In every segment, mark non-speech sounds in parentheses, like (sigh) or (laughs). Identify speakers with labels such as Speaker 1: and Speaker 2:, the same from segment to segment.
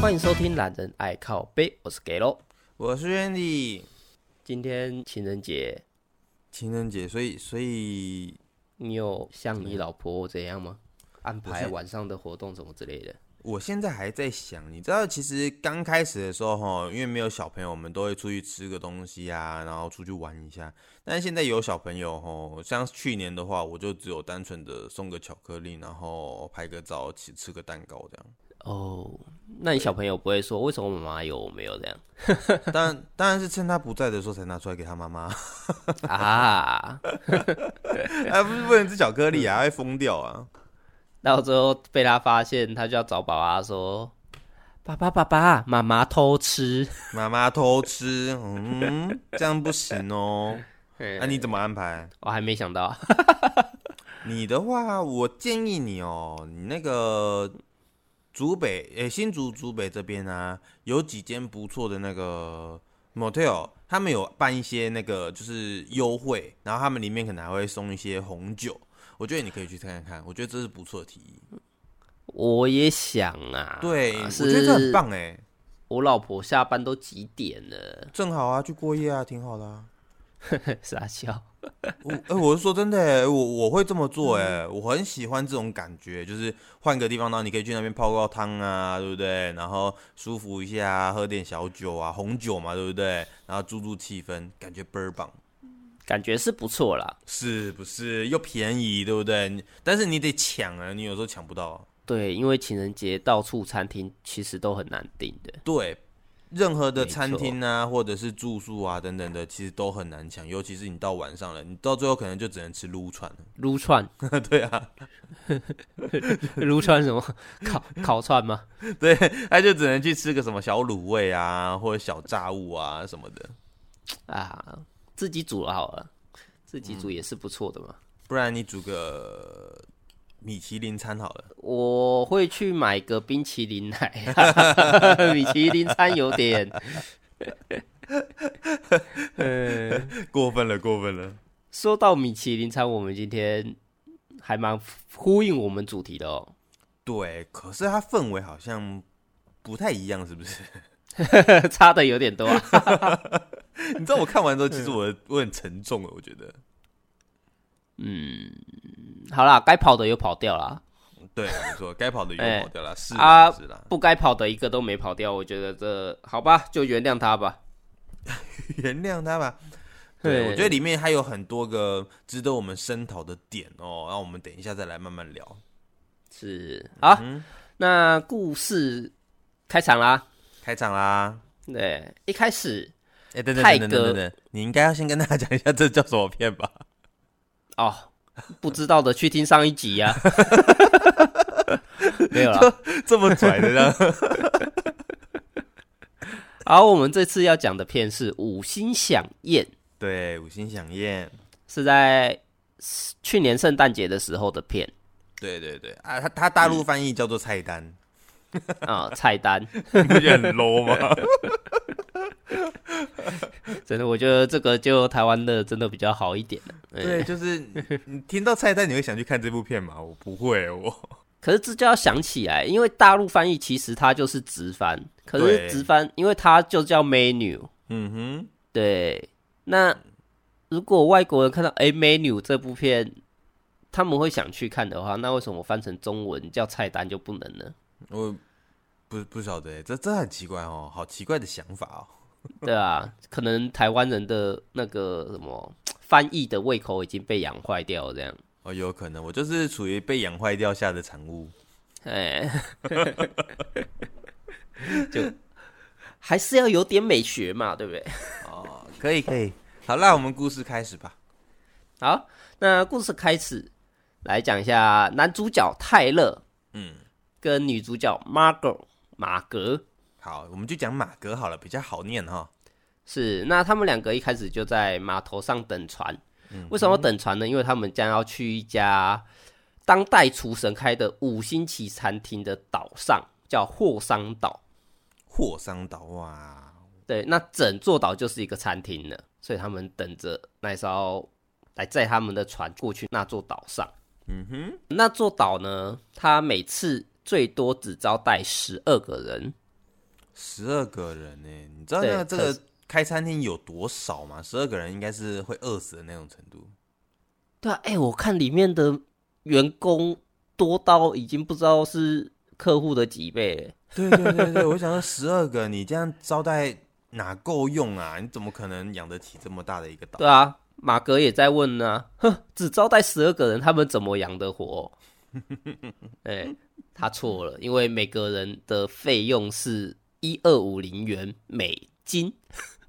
Speaker 1: 欢迎收听《懒人爱靠背》，我是 Gelo。
Speaker 2: 我是 Andy。
Speaker 1: 今天情人节，
Speaker 2: 情人节，所以所以
Speaker 1: 你有像你老婆怎样吗？安
Speaker 2: 我
Speaker 1: 排
Speaker 2: 是
Speaker 1: 晚上的活动什么之类的？
Speaker 2: 我现在还在想，你知道，其实刚开始的时候哈，因为没有小朋友，我们都会出去吃个东西啊，然后出去玩一下。但是现在有小朋友哈，像去年的话，我就只有单纯的送个巧克力，然后拍个照，吃吃个蛋糕这样。 (laughs)
Speaker 1: 哦，那你小朋友不会说为什么妈妈有我没有这样 (laughs)
Speaker 2: 当然，当然是趁他不在的时候才拿出来给他妈 (laughs) 妈，
Speaker 1: 啊？
Speaker 2: 哎，不是不能吃巧克力啊，会疯掉啊。
Speaker 1: 到最后被他发现，他就要找爸爸说：“爸爸，爸爸，妈妈偷吃。
Speaker 2: 妈妈偷吃，嗯，这样不行哦。那、你怎么安排？
Speaker 1: (laughs) 我还没想到，
Speaker 2: 你的话，我建议你哦，你那个竹北，诶、新竹竹北这边啊，有几间不错的那个 motel，他们有办一些那个就是优惠，然后他们里面可能还会送一些红酒，我觉得你可以去看看看，我觉得这是不错的提议。
Speaker 1: 我也想啊。
Speaker 2: 对，我觉得这很
Speaker 1: 是
Speaker 2: 棒哎，
Speaker 1: 我老婆下班都几点了？ (laughs)
Speaker 2: 正好啊，去过夜啊，挺好的啊。
Speaker 1: 傻笑。
Speaker 2: 我哎、我是说真的、欸，我我会这么做哎、
Speaker 1: 嗯
Speaker 2: 我很喜欢这种感觉，就是换个地方，然后你可以去那边泡泡汤啊，对不对？然后舒服一下、啊，喝点小酒啊，红酒嘛，对不对？然后助助气氛，感觉倍儿棒，
Speaker 1: 感觉是不错啦。
Speaker 2: 是不是？又便宜，对不对？你但是你得抢啊，你有时候抢不到。
Speaker 1: 对，因为情人节到处餐厅其实都很难订的。
Speaker 2: 对，任何的
Speaker 1: 没
Speaker 2: 餐
Speaker 1: 错
Speaker 2: 厅啊，或者是住宿啊等等的，其实都很难抢，尤其是你到晚上了，你到最后可能就只能吃撸串了。 (laughs)
Speaker 1: 撸串，
Speaker 2: 对啊，
Speaker 1: 撸串什么？烤烤串吗？ (laughs)
Speaker 2: (laughs) 对，他就只能去吃个什么小卤味啊，或者小炸物啊什么的，
Speaker 1: 啊，自己煮了好了，自己煮也是不错的嘛。
Speaker 2: 不然你煮个米其林餐好了。 (laughs)
Speaker 1: 我会去买个冰淇淋来， (laughs) 米其林餐有点，呃，
Speaker 2: 过分了，过分了。
Speaker 1: 说到米其林餐，我们今天还蛮呼应我们主题的哦。 (laughs)
Speaker 2: 对，可是它氛围好像不太一样，是不是？ (laughs)
Speaker 1: 差的有点多啊，
Speaker 2: 你知道我看完之后，其实我我很沉重欸了，我觉得。
Speaker 1: 好啦，该跑的有跑掉啦，
Speaker 2: 嗯对，没错，该跑的
Speaker 1: 哎
Speaker 2: 鱼跑掉了，是
Speaker 1: 啊
Speaker 2: 啦是啦，
Speaker 1: 不该跑的一个都没跑掉，我觉得这好吧，就原谅他吧。
Speaker 2: (laughs) 原谅他吧。
Speaker 1: 对
Speaker 2: 对，我觉得里面还有很多个值得我们声讨的点哦，然后我们等一下再来慢慢聊。
Speaker 1: 是好，那故事开场啦。
Speaker 2: 开场啦！
Speaker 1: 对，一开始
Speaker 2: 哎，等等
Speaker 1: 泰
Speaker 2: 等等等
Speaker 1: 格
Speaker 2: 等等，你应该要先跟大家讲一下这叫什么片吧？
Speaker 1: 哦， (laughs) 不知道的去听上一集呀、啊。 (laughs) 没有 (laughs) 了。
Speaker 2: 这么拽的呢？
Speaker 1: 好，我们这次要讲的片是《五星响宴》，
Speaker 2: (laughs) 对，五星响宴。
Speaker 1: 是在去年圣诞节的时候的片
Speaker 2: 对对对啊，他他大陆翻译叫做菜 (laughs) 单，
Speaker 1: 啊、 (laughs) 菜单。
Speaker 2: 你不觉得很 low 吗？
Speaker 1: 真的，我觉得这个就台湾的真的比较好一点了。嗯
Speaker 2: (laughs) 对，就是你你听到菜单你会想去看这部片吗？我不会，我 (laughs)
Speaker 1: 可是这就要想起来，因为大陆翻译其实它就是直翻，可是
Speaker 2: 对
Speaker 1: 直翻因为它就叫 menu，
Speaker 2: 嗯哼，
Speaker 1: 对。那如果外国人看到哎、诶 menu 这部片，他们会想去看的话，那为什么翻成中文叫菜单就不能呢？
Speaker 2: 我不不晓得，欸这这很奇怪哦，好奇怪的想法哦。
Speaker 1: 对啊，可能台湾人的那个什么翻译的胃口已经被养坏掉了，这样。
Speaker 2: 哦，有可能我就是处于被养坏掉下的产物。
Speaker 1: 哎， (laughs) 就还是要有点美学嘛，对不对？
Speaker 2: 哦，可以可以，好，那我们故事开始吧。
Speaker 1: 好，那故事开始来讲一下男主角泰勒，
Speaker 2: 嗯，
Speaker 1: 跟女主角 Margot 马格
Speaker 2: 好，我们就讲马格好了，比较好念哈、
Speaker 1: 是。那他们两个一开始就在码头上等船，为什么要等船呢？因为他们将要去一家当代厨神开的五星级餐厅的岛上，叫霍桑岛。
Speaker 2: 霍桑岛啊哇，
Speaker 1: 对，那整座岛就是一个餐厅了，所以他们等着那艘来载他们的船过去那座岛上。
Speaker 2: 嗯哼，
Speaker 1: 那座岛呢，它每次最多只招待十二个人，
Speaker 2: 十二个人呢、你知道
Speaker 1: 对
Speaker 2: 那个这
Speaker 1: 可
Speaker 2: 个
Speaker 1: 是
Speaker 2: 开餐厅有多少吗？十二个人应该是会饿死的那种程度。
Speaker 1: 对啊，哎、我看里面的员工多到已经不知道是客户的几倍了。
Speaker 2: 对对对对，我想说 (laughs) 十二个，你这样招待哪够用啊？你怎么可能养得起这么大的一个岛？
Speaker 1: 对啊，马格也在问呢、哼，只招待十二个人，他们怎么养得活？ (laughs) 哎、他错了，因为每个人的费用是一二五零元美金，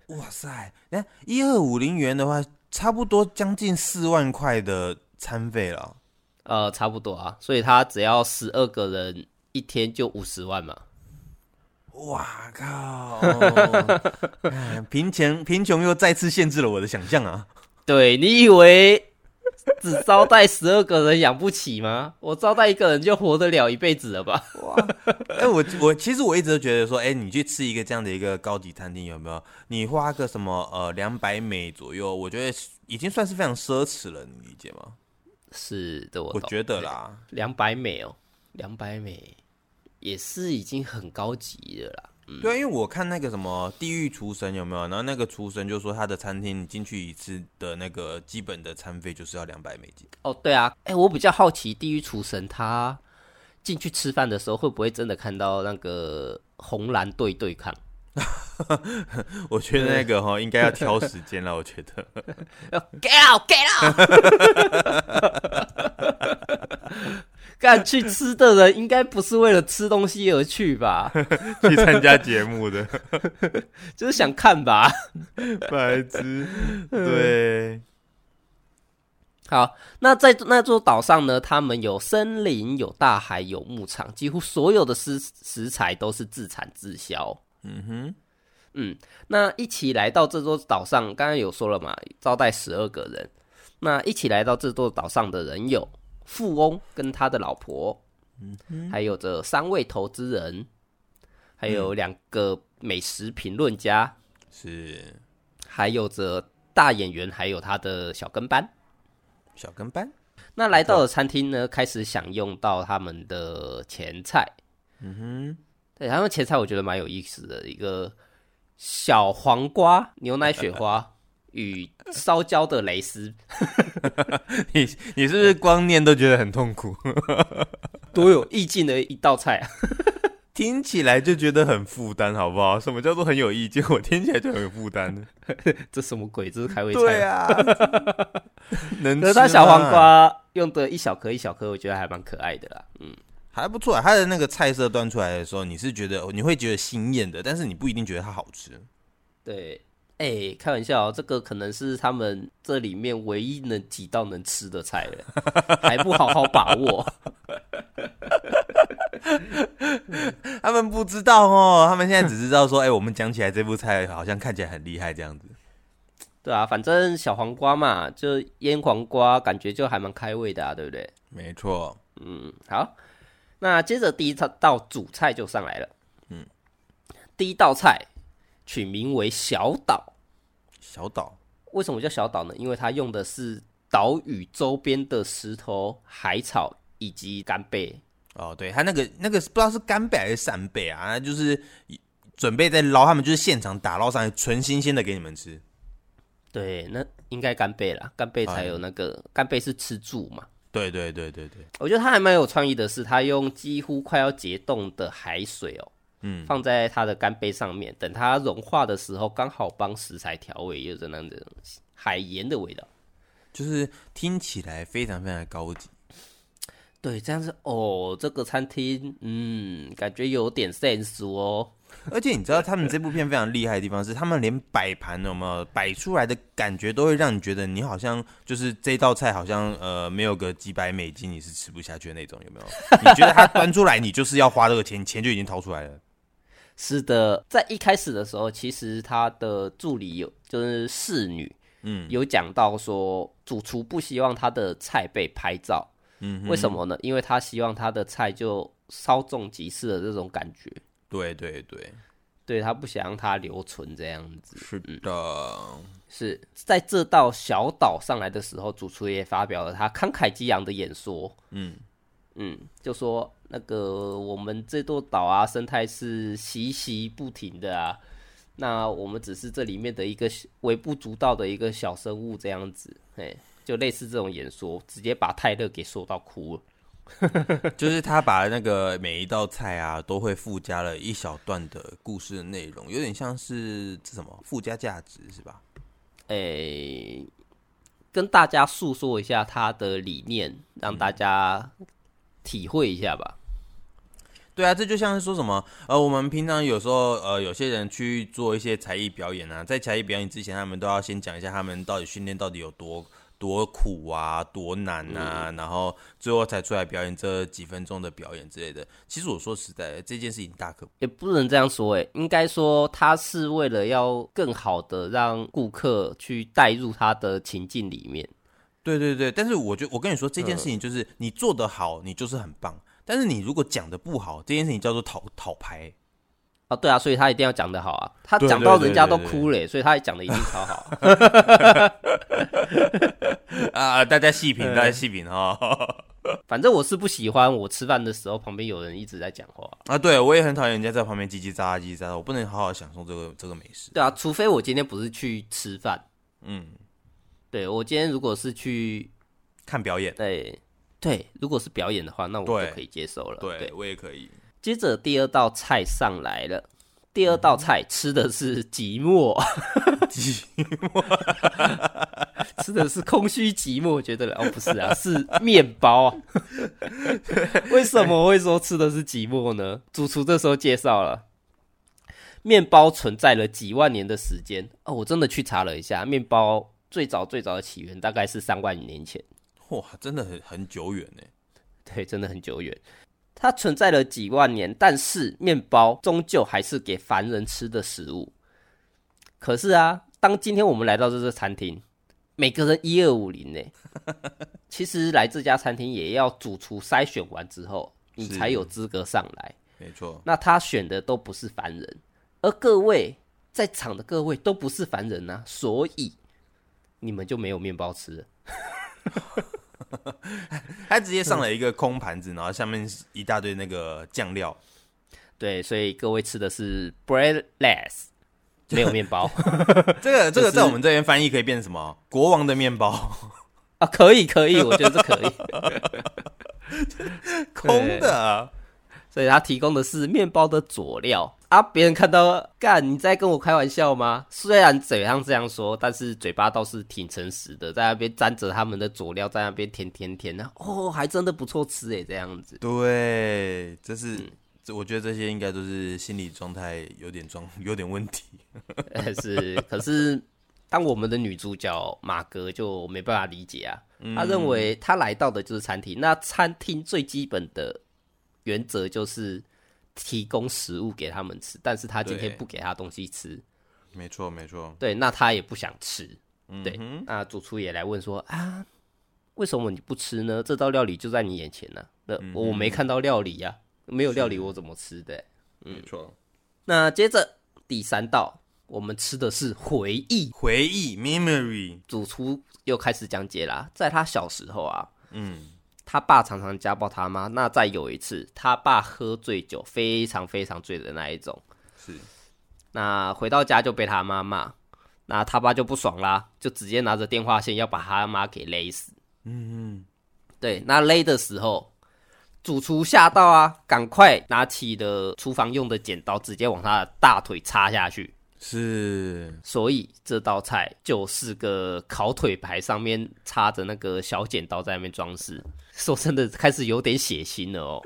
Speaker 2: 哇塞，那一二五零元的话，差不多将近四万块的餐费了。
Speaker 1: 呃，差不多啊，所以他只要十二个人一天就五十万嘛。
Speaker 2: 哇 (laughs) 靠！哎贫穷贫穷又再次限制了我的想象啊！
Speaker 1: 对你以为只招待十二个人养不起吗？我招待一个人就活得了一辈子了吧？
Speaker 2: 哎、我我其实我一直都觉得说，哎、你去吃一个这样的一个高级餐厅，有没有？你花个什么呃两百美左右，我觉得已经算是非常奢侈了，你理解吗？
Speaker 1: 是的，我
Speaker 2: 我
Speaker 1: 懂
Speaker 2: 觉得啦，
Speaker 1: 两百美哦，两百美也是已经很高级的啦。
Speaker 2: 对啊，因为我看那个什么《地狱厨神》有没有？然后那个厨神就说他的餐厅你进去一次的那个基本的餐费就是要两百美金。
Speaker 1: 哦，对啊，哎、我比较好奇地狱厨神他进去吃饭的时候会不会真的看到那个红蓝队对抗？
Speaker 2: 我觉得那个哈应该要挑时间了，我觉得。
Speaker 1: 要呃 get out get out，干去吃的人应该不是为了吃东西而去吧？
Speaker 2: 去参加节目
Speaker 1: (laughs)
Speaker 2: 的
Speaker 1: 就是想看吧。 (laughs)
Speaker 2: 白痴，
Speaker 1: 嗯
Speaker 2: 对，
Speaker 1: 好，那在那座岛上呢，他们有森林、有大海、有牧场，几乎所有的食食材都是自产自销。
Speaker 2: 嗯哼，
Speaker 1: 嗯，那一起来到这座岛上，刚刚有说了嘛，招待十二个人。那一起来到这座岛上的人有富翁跟他的老婆，嗯，还有这三位投资人，还有两个美食评论家，
Speaker 2: 是
Speaker 1: 还有着大演员，还有他的小跟班。
Speaker 2: 小跟班，
Speaker 1: 那来到了餐厅呢，开始享用到他们的前菜。
Speaker 2: 嗯
Speaker 1: 对，他们前菜我觉得蛮有意思的，一个小黄瓜、牛奶雪花 (laughs) 与烧焦的蕾丝，
Speaker 2: 哼，你你是不是光念都觉得很痛苦？ (laughs)
Speaker 1: 多有意境的一道菜啊！ (laughs)
Speaker 2: 听起来就觉得很负担，好不好？什么叫做很有意见？ (laughs) 我听起来就很有负担。
Speaker 1: 这什么鬼？这是开胃菜吗？(laughs)
Speaker 2: 对啊，能
Speaker 1: 可
Speaker 2: 吃
Speaker 1: 是它小
Speaker 2: 吗
Speaker 1: 黄瓜用的一小颗一小颗，我觉得还蛮可爱的啦。嗯，
Speaker 2: 还不错、啊，它的那个菜色端出来的时候，你是觉得你会觉得鲜艳的，但是你不一定觉得它好吃。
Speaker 1: 对。哎、开玩笑、哦，这个可能是他们这里面唯一能几道能吃的菜了，还不好好把握。
Speaker 2: 他们不知道哦，他们现在只知道说，哎、我们讲起来这部菜好像看起来很厉害这样子。
Speaker 1: 对啊，反正小黄瓜嘛，就腌黄瓜，感觉就还蛮开胃的啊，对不对？
Speaker 2: 没错，
Speaker 1: 嗯，好。那接着第一道道主菜就上来了。嗯，第一道菜取名为小岛，
Speaker 2: 小岛
Speaker 1: 为什么叫小岛呢？因为它用的是岛屿周边的石头、海草以及干贝。
Speaker 2: 哦，对，他那个那个不知道是干贝还是扇贝啊，就是准备在捞，他们就是现场打捞上来，纯新鲜的给你们吃。
Speaker 1: 对，那应该干贝啦，干贝才有那个干贝是吃住嘛。
Speaker 2: 对对对对对，
Speaker 1: 我觉得它还蛮有创意的是，它用几乎快要结冻的海水哦，
Speaker 2: 嗯，
Speaker 1: 放在它的干贝上面，等它融化的时候，刚好帮食材调味，有着那种海盐的味道。
Speaker 2: 就是听起来非常非常高级。
Speaker 1: 对，这样是哦，这个餐厅，嗯，感觉有点 sense 哦。
Speaker 2: 而且你知道他们这部片非常厉害的地方是，他们连摆盘有没有摆出来的感觉，都会让你觉得你好像就是这道菜好像呃没有个几百美金你是吃不下去的那种，有没有？你觉得它端出来，你就是要花这个钱，钱就已经掏出来了。
Speaker 1: 是的，在一开始的时候，其实他的助理有就是侍女，
Speaker 2: 嗯，
Speaker 1: 有讲到说主厨不希望他的菜被拍照，嗯，为什么呢？因为他希望他的菜就稍纵即逝的这种感觉，
Speaker 2: 对对对，
Speaker 1: 对他不想让它留存这样子。
Speaker 2: 是的，
Speaker 1: 是在这道小岛上来的时候，主厨也发表了他慷慨激昂的演说。嗯嗯，就说那个我们这座岛啊，生态是息息不停的啊。那我们只是这里面的一个微不足道的一个小生物这样子，哎，就类似这种演说，直接把泰勒给说到哭了。
Speaker 2: 就是他把那个每一道菜啊，都会附加了一小段的故事的内容，有点像是这什么附加价值是吧？
Speaker 1: 诶、跟大家诉说一下他的理念，让大家体会一下吧。
Speaker 2: 对啊，这就像是说什么，呃，我们平常有时候，呃，有些人去做一些才艺表演啊，在才艺表演之前，他们都要先讲一下他们到底训练到底有多多苦啊，多难啊，然后最后才出来表演这几分钟的表演之类的。其实我说实在的，这件事情大可
Speaker 1: 也不能这样说、欸，诶，应该说他是为了要更好的让顾客去带入他的情境里面。
Speaker 2: 对对对，但是我觉得我跟你说这件事情就是你做得好，你就是很棒。但是你如果讲的不好，这件事情叫做讨讨 (laughs) 牌。
Speaker 1: 啊，对啊，所以他一定要讲得好啊！他
Speaker 2: 对
Speaker 1: 讲
Speaker 2: 对
Speaker 1: 到
Speaker 2: 对
Speaker 1: 人家都
Speaker 2: 对对
Speaker 1: 哭了欸、所以他讲的一定超好啊。 (laughs)
Speaker 2: 啊，大家细品，大家细品哈。 (laughs)
Speaker 1: 反正我是不喜欢我吃饭的时候旁边有人一直在讲话。
Speaker 2: 啊，对我也很讨厌人家在旁边叽叽喳喳、叽叽喳喳，我不能好好享受这个这个美食。
Speaker 1: 对啊，除非我今天不是去吃饭，
Speaker 2: 嗯，
Speaker 1: 对我今天如果是去，
Speaker 2: 看表演，
Speaker 1: 对对，如果是表演的话，那我
Speaker 2: 对
Speaker 1: 就可以接受了。
Speaker 2: 对我也可 (laughs) 以。
Speaker 1: 接着第二道菜上来了，第二道菜吃的是寂寞，
Speaker 2: 鸡
Speaker 1: (laughs) 吃的是空虚寂寞，觉得了哦不是啊，是面包啊。 (laughs) 为什么会说吃的是寂寞呢？主厨这时候介绍了。面包存在了几万年的时间哦，我真的去查了一下，面包最早最早的起源大概是三万年前，
Speaker 2: 哇，真的很很久远呢。
Speaker 1: 对，真的很久远。它存在了几万年，但是面包终究还是给凡人吃的食物。可是啊，当今天我们来到这个餐厅，每个人一二五零呢。其实来这家餐厅也要主厨筛选完之后，你
Speaker 2: 是
Speaker 1: 才有资格上来。
Speaker 2: 没错，
Speaker 1: 那他选的都不是凡人，而各位在场的各位都不是凡人啊，所以你们就没有面包吃了。
Speaker 2: 他直接上了一个空盘子，然后下面是一大堆那个酱料，
Speaker 1: 对，所以各位吃的是 breadless，没 (laughs) 有面包 (laughs)
Speaker 2: 这个这
Speaker 1: 就
Speaker 2: 个
Speaker 1: 是
Speaker 2: 在我们这边翻译可以变成什么？国王的面包，
Speaker 1: 啊，可以可以，我觉得这可以。
Speaker 2: (laughs) 空的啊。
Speaker 1: 所以他提供的是面包的佐料啊，别人看到干你在跟我开玩笑吗？虽然嘴上这样说，但是嘴巴倒是挺诚实的，在那边沾着他们的佐料，在那边舔舔舔，然后哦，还真的不错吃诶，这样子。
Speaker 2: 对，这是、这，我觉得这些应该都是心理状态有点状 (laughs) 有点问题。
Speaker 1: 但 (laughs) 是，可是当我们的女主角马格就没办法理解啊，她认为她来到的就是餐厅，那餐厅最基本的原则就是提供食物给他们吃，但是她今天
Speaker 2: 对
Speaker 1: 不给她东西吃，
Speaker 2: 没错，没错。
Speaker 1: 对，那她也不想吃，对，
Speaker 2: 嗯
Speaker 1: 那主厨也来问说啊，为什么你不吃呢？这道料理就在你眼前呢、那我没看到料理呀、没有料理我怎么吃的？
Speaker 2: 哼，没错。
Speaker 1: 那接着第三道，我们吃的是回忆。
Speaker 2: 回忆 （memory），
Speaker 1: 主厨又开始讲解啦，在他小时候啊，
Speaker 2: 嗯，
Speaker 1: 他爸常常家暴他妈。那再有一次，他爸喝醉酒，非常非常醉的那一种。
Speaker 2: 是
Speaker 1: 那回到家就被他妈骂，那他爸就不爽啦，就直接拿着电话线要把他妈给勒死。
Speaker 2: 嗯，
Speaker 1: 对，那勒的时候，主厨吓到啊，赶快拿起了厨房用的剪刀，直接往他的大腿插下去。
Speaker 2: 是
Speaker 1: 所以这道菜就是个烤腿排，上面插着那个小剪刀在那边装饰。 (laughs) 说真的，开始有点血腥了哦。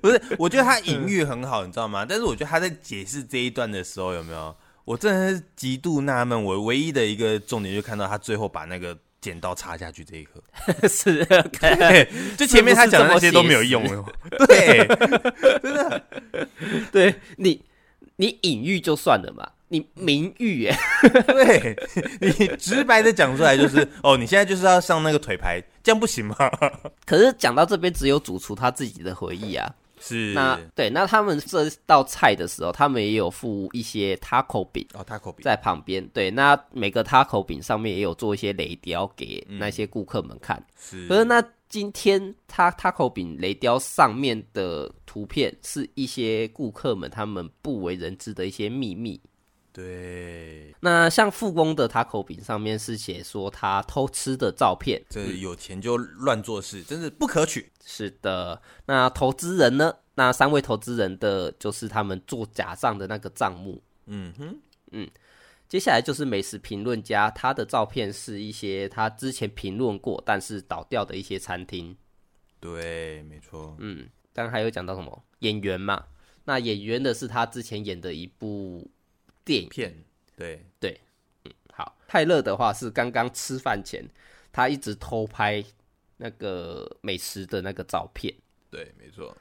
Speaker 2: 不是？我觉得他隐喻很好，你知道吗？但是我觉得他在解释这一段的时候，有没有？我真的是极度纳闷。我唯一的一个重点就看到他最后把那个剪刀插下去这一刻，
Speaker 1: (laughs) (laughs) 是，
Speaker 2: 嘿就前面他讲的那些都没有用了。 (laughs) 对，
Speaker 1: 对你，你隐喻就算了嘛，你明喻耶， (laughs)
Speaker 2: 对你直白的讲出来就是，哦，你现在就是要上那个腿牌，这样不行吗？ (laughs)
Speaker 1: 可是讲到这边，只有主厨他自己的回忆啊。
Speaker 2: 是
Speaker 1: 那对，那他们这道菜的时候，他们也有附一些 taco 饼
Speaker 2: 哦，塔口饼
Speaker 1: 在旁边。对，那每个 taco 饼上面也有做一些雷雕给那些顾客们看。
Speaker 2: 是
Speaker 1: 可是那今天他 taco 饼雷雕上面的图片是一些顾客们他们不为人知的一些秘密。
Speaker 2: 对，
Speaker 1: 那像富翁的 taco 饼上面是写说他偷吃的照片，
Speaker 2: 这有钱就乱做事，真是不可取。
Speaker 1: 是的，那投资人呢？那三位投资人的就是他们做假账的那个账目。
Speaker 2: 嗯哼，
Speaker 1: 接下来就是美食评论家，他的照片是一些他之前评论过但是倒掉的一些餐厅。
Speaker 2: 对，没错，
Speaker 1: 嗯，刚刚还有讲到什么演员嘛？那演员的是他之前演的一部电影。
Speaker 2: 骗对
Speaker 1: 好，泰勒的话是刚刚吃饭前，他一直偷拍那个美食的那个照片。
Speaker 2: 对，没错，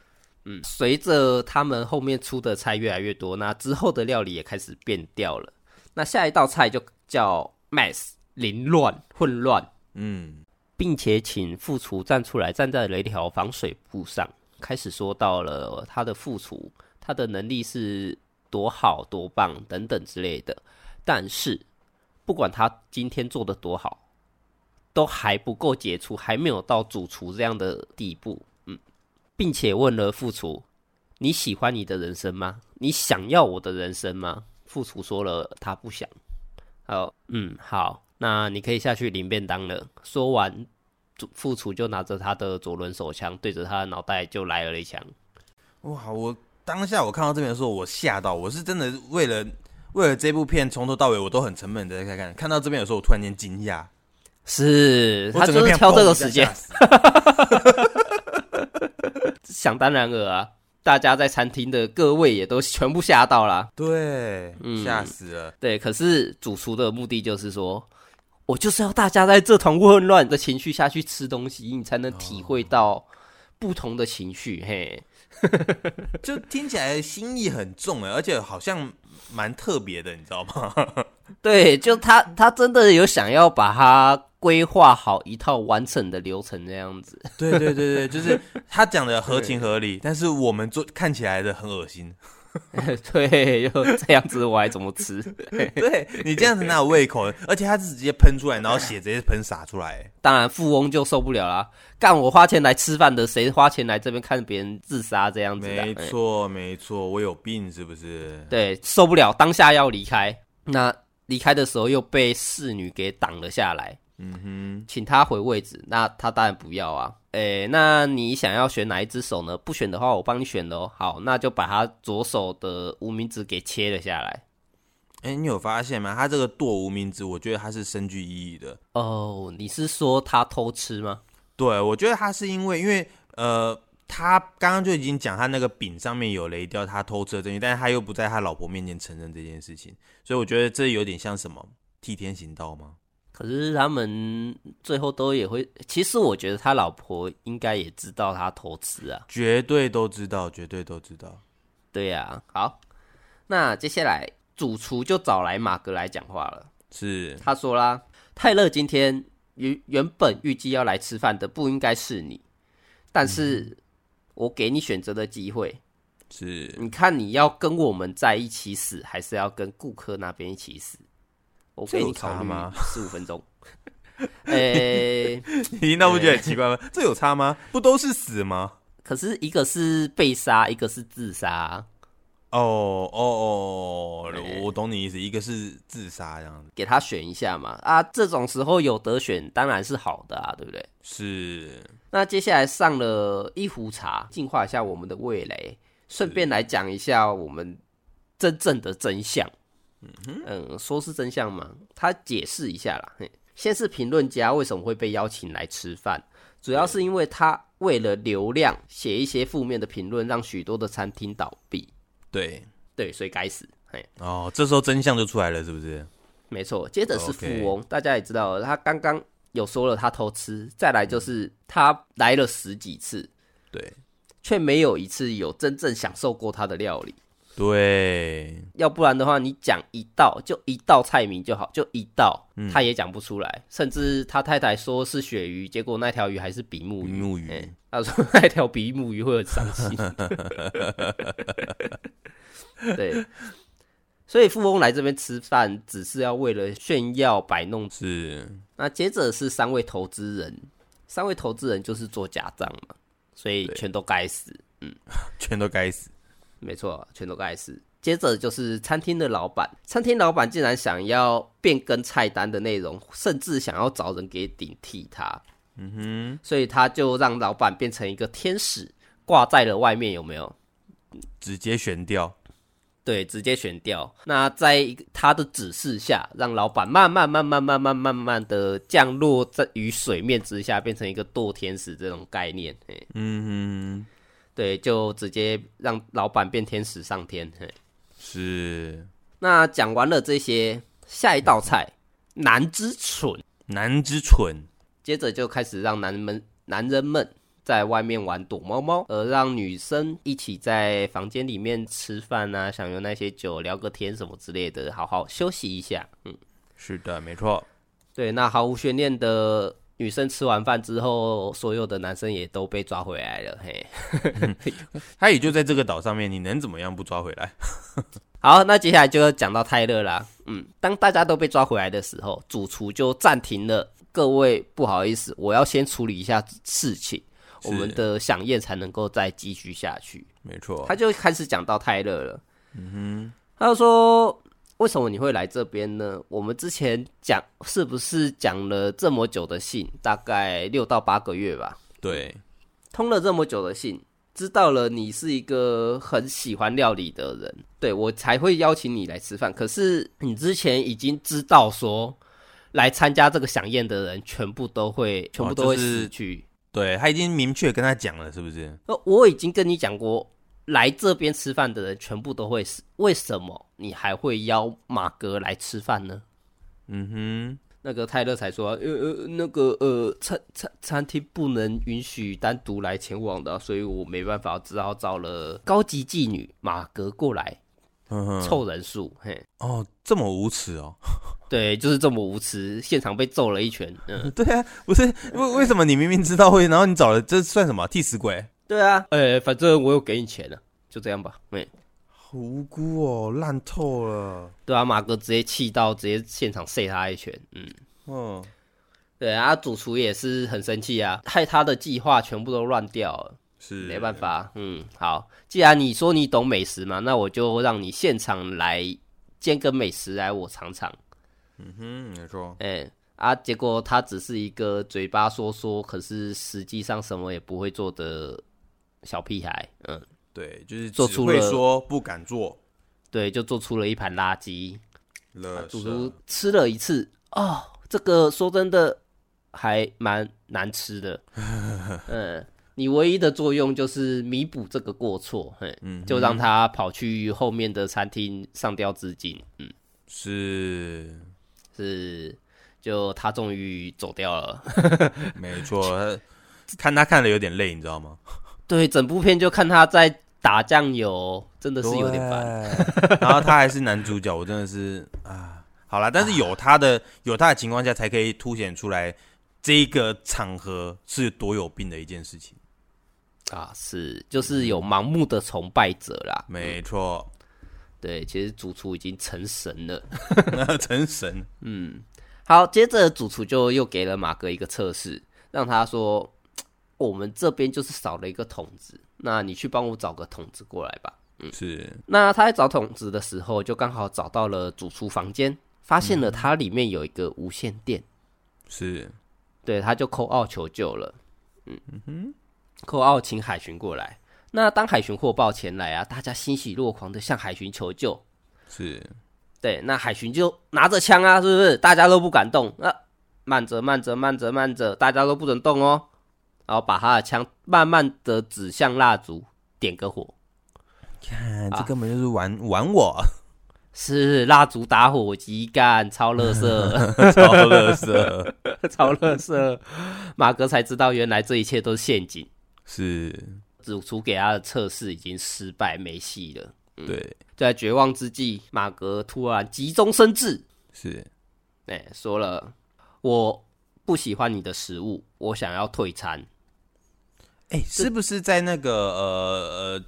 Speaker 1: 嗯，随着他们后面出的菜越来越多，那之后的料理也开始变调了。那下一道菜就叫 mess 凌乱混乱，
Speaker 2: 嗯，
Speaker 1: 并且请副厨站出来，站在了一条防水布上，开始说到了他的副厨，他的能力是多好多棒等等之类的。但是，不管他今天做的多好，都还不够杰出，还没有到主厨这样的地步。嗯，并且问了副厨：“你喜欢你的人生吗？你想要我的人生吗？”副厨说了，他不想。好，嗯，好，那你可以下去领便当了。说完，主副厨就拿着他的左轮手枪对着他的脑袋就来了一枪。
Speaker 2: 哇，我当下我看到这边的时候，我吓到，我是真的为了为了这部片从头到尾我都很沉闷的在看，看到这边的时候我突然间惊讶，
Speaker 1: 是
Speaker 2: 我
Speaker 1: 他
Speaker 2: 整
Speaker 1: 就是
Speaker 2: 片
Speaker 1: 挑这
Speaker 2: 嘣
Speaker 1: 个
Speaker 2: 一下
Speaker 1: 时间
Speaker 2: 吓，死，
Speaker 1: 想当然尔啊！大家在餐厅的各位也都全部吓到啦。 (laughs)
Speaker 2: 对，
Speaker 1: 嗯
Speaker 2: 吓死了，
Speaker 1: 对，可是主厨的目的就是说，我就是要大家在这团混乱的情绪下去吃东西，你才能体会到不同的情绪。嘿，
Speaker 2: 就听起来心意很重哎，而且好像蛮特别的，你知道吗？
Speaker 1: 对，就他他真的有想要把它规划好一套完整的流程这样子。
Speaker 2: (laughs)
Speaker 1: (laughs)
Speaker 2: 对对对对，就是他讲的合情合理，但是我们做看起来的很恶心。
Speaker 1: 对，就这样子，我还怎么吃？
Speaker 2: (laughs) 对你这样子哪有胃口？而且他是直接喷出来，然后血直接喷洒出来。
Speaker 1: 当然，富翁就受不了啦！干我花钱来吃饭的，谁花钱来这边看别人自杀这样子的？
Speaker 2: 没
Speaker 1: 哎
Speaker 2: 错没错，我有病是不是？
Speaker 1: 对，受不了，当下要离开。那离开的时候又被侍女给挡了下来，
Speaker 2: 嗯
Speaker 1: 请他回位置。那他当然不要啊。诶，那你想要选哪一只手呢？不选的话，我帮你选喽。好，那就把他左手的无名指给切了下来。
Speaker 2: 哼，哎、你有发现吗？他这个剁无名指，我觉得他是深具意义的。
Speaker 1: 哦，你是说他偷吃吗？
Speaker 2: 对，我觉得他是因为因为呃，他刚刚就已经讲他那个饼上面有雷掉他偷吃的证据，但是他又不在他老婆面前承认这件事情，所以我觉得这有点像什么替天行道吗？
Speaker 1: 可是他们最后都也会，其实我觉得他老婆应该也知道他偷吃啊。
Speaker 2: 绝对都知道，绝对都知道。
Speaker 1: 对呀、好，那接下来主厨就找来马格来讲话了。
Speaker 2: 是
Speaker 1: 他说啦，泰勒今天原原本预计要来吃饭的不应该是你，但
Speaker 2: 嗯
Speaker 1: 是我给你选择的机会，
Speaker 2: 是， (laughs)
Speaker 1: 你看你要跟我们在一起死，还是要跟顾客那边一起死？我
Speaker 2: 这
Speaker 1: 给
Speaker 2: 有
Speaker 1: 你考
Speaker 2: 差
Speaker 1: 虑
Speaker 2: 吗
Speaker 1: 十五分钟。 (laughs) 诶、
Speaker 2: 你那不觉得很奇怪吗？这有差吗？不都是死吗？
Speaker 1: 可是一个是被杀，一个是自杀，
Speaker 2: 哦哦哦，我懂你意思，一个是自杀这样子，
Speaker 1: 给他选一下嘛。啊，这种时候有得选当然是好的啊，对不对？
Speaker 2: 是
Speaker 1: 那接下来上了一壶茶，净化一下我们的味蕾，顺便来讲一下我们真正的真相。嗯说是真相吗？他解释一下啦。嘿先是评论家为什么会被邀请来吃饭，主要是因为他为了流量写一些负面的评论，让许多的餐厅倒闭。
Speaker 2: 对。
Speaker 1: 对，所以该死。嘿，
Speaker 2: 哦，这时候真相就出来了，是不是？
Speaker 1: 没错，接着是富翁大家也知道了，他刚刚有说了他偷吃，再来就是他来了十几次，
Speaker 2: 对
Speaker 1: 却没有一次有真正享受过他的料理。
Speaker 2: 对，
Speaker 1: 要不然的话，你讲一道就一道菜名就好，就一道，
Speaker 2: 嗯
Speaker 1: 他也讲不出来。甚至他太太说是鳕鱼，结果那条鱼还是比目
Speaker 2: 比
Speaker 1: 鱼。
Speaker 2: 目鱼，
Speaker 1: 哎他说那条比目鱼会很伤心。对，所以富翁来这边吃饭，只是要为了炫耀摆弄
Speaker 2: 是
Speaker 1: 那接着是三位投资人，三位投资人就是做假账嘛，所以全都该死。
Speaker 2: 全都该死。
Speaker 1: 没错，全都该死。接着就是餐厅的老板，餐厅老板竟然想要变更菜单的内容，甚至想要找人给顶替他，
Speaker 2: 嗯
Speaker 1: 所以他就让老板变成一个天使，挂在了外面，有没有？
Speaker 2: 哼，直接悬掉。
Speaker 1: 对，直接选掉。那在一个他的指示下，让老板慢慢、慢慢、慢慢、慢慢的降落在于水面之下，变成一个堕天使这种概念。嘿
Speaker 2: 嗯哼，
Speaker 1: 对，就直接让老板变天使上天。嘿
Speaker 2: 是
Speaker 1: 那讲完了这些，下一道菜男之蠢，
Speaker 2: 男之蠢，
Speaker 1: 接着就开始让男们男人们在外面玩躲猫猫，而让女生一起在房间里面吃饭啊，享用那些酒，聊个天什么之类的，好好休息一下。嗯，
Speaker 2: 是的，没错。
Speaker 1: 对，那毫无悬念的。女生吃完饭之后，所有的男生也都被抓回来了。嘿，
Speaker 2: 他也就在这个岛上面，你能怎么样不抓回来？
Speaker 1: 好，那接下来就要讲到泰勒啦。嗯，当大家都被抓回来的时候，主厨就暂停了。各位不好意思，我要先处理一下事情，
Speaker 2: 是
Speaker 1: 我们的飨宴才能够再继续下去。
Speaker 2: 没错
Speaker 1: 他，就开始讲到泰勒哦了。嗯哼，他就说：“为什么你会来这边呢？我们之前讲是不是讲了这么久的信，大概六到八个月吧？
Speaker 2: 对，
Speaker 1: 通了这么久的信，知道了你是一个很喜欢料理的人，对我才会邀请你来吃饭。可是你之前已经知道说，来参加这个飨宴的人全部都会，全部都会
Speaker 2: 哦就是
Speaker 1: 死去。
Speaker 2: 对他已经明确跟他讲了，是不是？
Speaker 1: 呃，我已经跟你讲过，来这边吃饭的人全部都会死，为什么你还会邀马哥来吃饭呢？
Speaker 2: 嗯
Speaker 1: 那个泰勒才说，呃呃，那个呃，餐餐餐厅不能允许单独来前往的啊、所以我没办法，只好找了高级妓女马格过来
Speaker 2: 哼，嗯哼，
Speaker 1: 凑人数。嘿，
Speaker 2: 哦，这么无耻哦！ (laughs)
Speaker 1: 对，就是这么无耻，现场被揍了一拳。嗯，
Speaker 2: 对啊，不是为为什么你明明知道会，然后你找了这算什么替死鬼？
Speaker 1: 对啊，呃、反正我有给你钱了、就这样吧。没、
Speaker 2: 好无辜哦，烂透了。
Speaker 1: 对啊，马格直接气到直接现场塞他一拳。嗯，
Speaker 2: 嗯，
Speaker 1: 对啊，主厨也是很生气啊，害他的计划全部都乱掉了。
Speaker 2: 是
Speaker 1: 没办法，嗯，好，既然你说你懂美食嘛，那我就让你现场来煎个美食来我尝尝。
Speaker 2: 嗯，没错，
Speaker 1: 哎、啊，结果他只是一个嘴巴说说，可是实际上什么也不会做的小屁孩，嗯，
Speaker 2: 对，就是
Speaker 1: 做
Speaker 2: 只
Speaker 1: 出
Speaker 2: 会
Speaker 1: 了
Speaker 2: 说不敢做
Speaker 1: 对，就做出了一盘垃圾。
Speaker 2: 了
Speaker 1: 主
Speaker 2: 是，啊
Speaker 1: 厨吃了一次，哦，这个说真的还蛮难吃
Speaker 2: (laughs)
Speaker 1: 的，嗯。你唯一的作用就是弥补这个过错，嘿，
Speaker 2: 嗯哼
Speaker 1: 就让他跑去后面的餐厅上吊自尽。嗯，
Speaker 2: 是
Speaker 1: 是，就他终于走掉了。 (laughs)
Speaker 2: 没错。他看他看的有点累，你知道吗？
Speaker 1: 对，整部片就看他在打酱油，真的是有点烦。
Speaker 2: 烦。然后他还是男主角，我真的是啊，好啦，但是有他的有他的情况下，才可以凸显出来这一个场合是多有病的一件事情。
Speaker 1: 啊，是，就是有盲目的崇拜者啦。
Speaker 2: 没错， (laughs)
Speaker 1: 对，其实主厨已经成神了。
Speaker 2: 成神
Speaker 1: 好，接着主厨就又给了马哥一个测试，让他说：“哦我们这边就是少了一个桶子，那你去帮我找个桶子过来吧。”
Speaker 2: 是
Speaker 1: 那他在找桶子的时候，就刚好找到了主厨房间，发现了它里面有一个无线电，
Speaker 2: 是，
Speaker 1: 对，他就扣奥求救了。嗯哼，扣奥请海巡过来。那当海巡获报前来啊，大家欣喜若狂的向海巡求救。
Speaker 2: 是，
Speaker 1: 对，那海巡就拿着枪啊，是不是？大家都不敢动啊，慢着，慢着，慢着，慢着，大家都不准动哦。然后把他的枪慢慢的指向蜡烛，点个火，
Speaker 2: 看
Speaker 1: 啊
Speaker 2: 这根本就是玩、玩我， (laughs)
Speaker 1: 是蜡烛打火机干，超乐色。
Speaker 2: 超乐色，
Speaker 1: (laughs) 超乐色。马哥才知道，原来这一切都是陷阱。
Speaker 2: 是
Speaker 1: 主厨给他的测试已经失败，没戏了。
Speaker 2: 对，
Speaker 1: 在绝望之际，马格突然急中生智，
Speaker 2: 是
Speaker 1: 哎、说了：“我不喜欢你的食物，我想要退餐。
Speaker 2: 哎、是不是在那个呃呃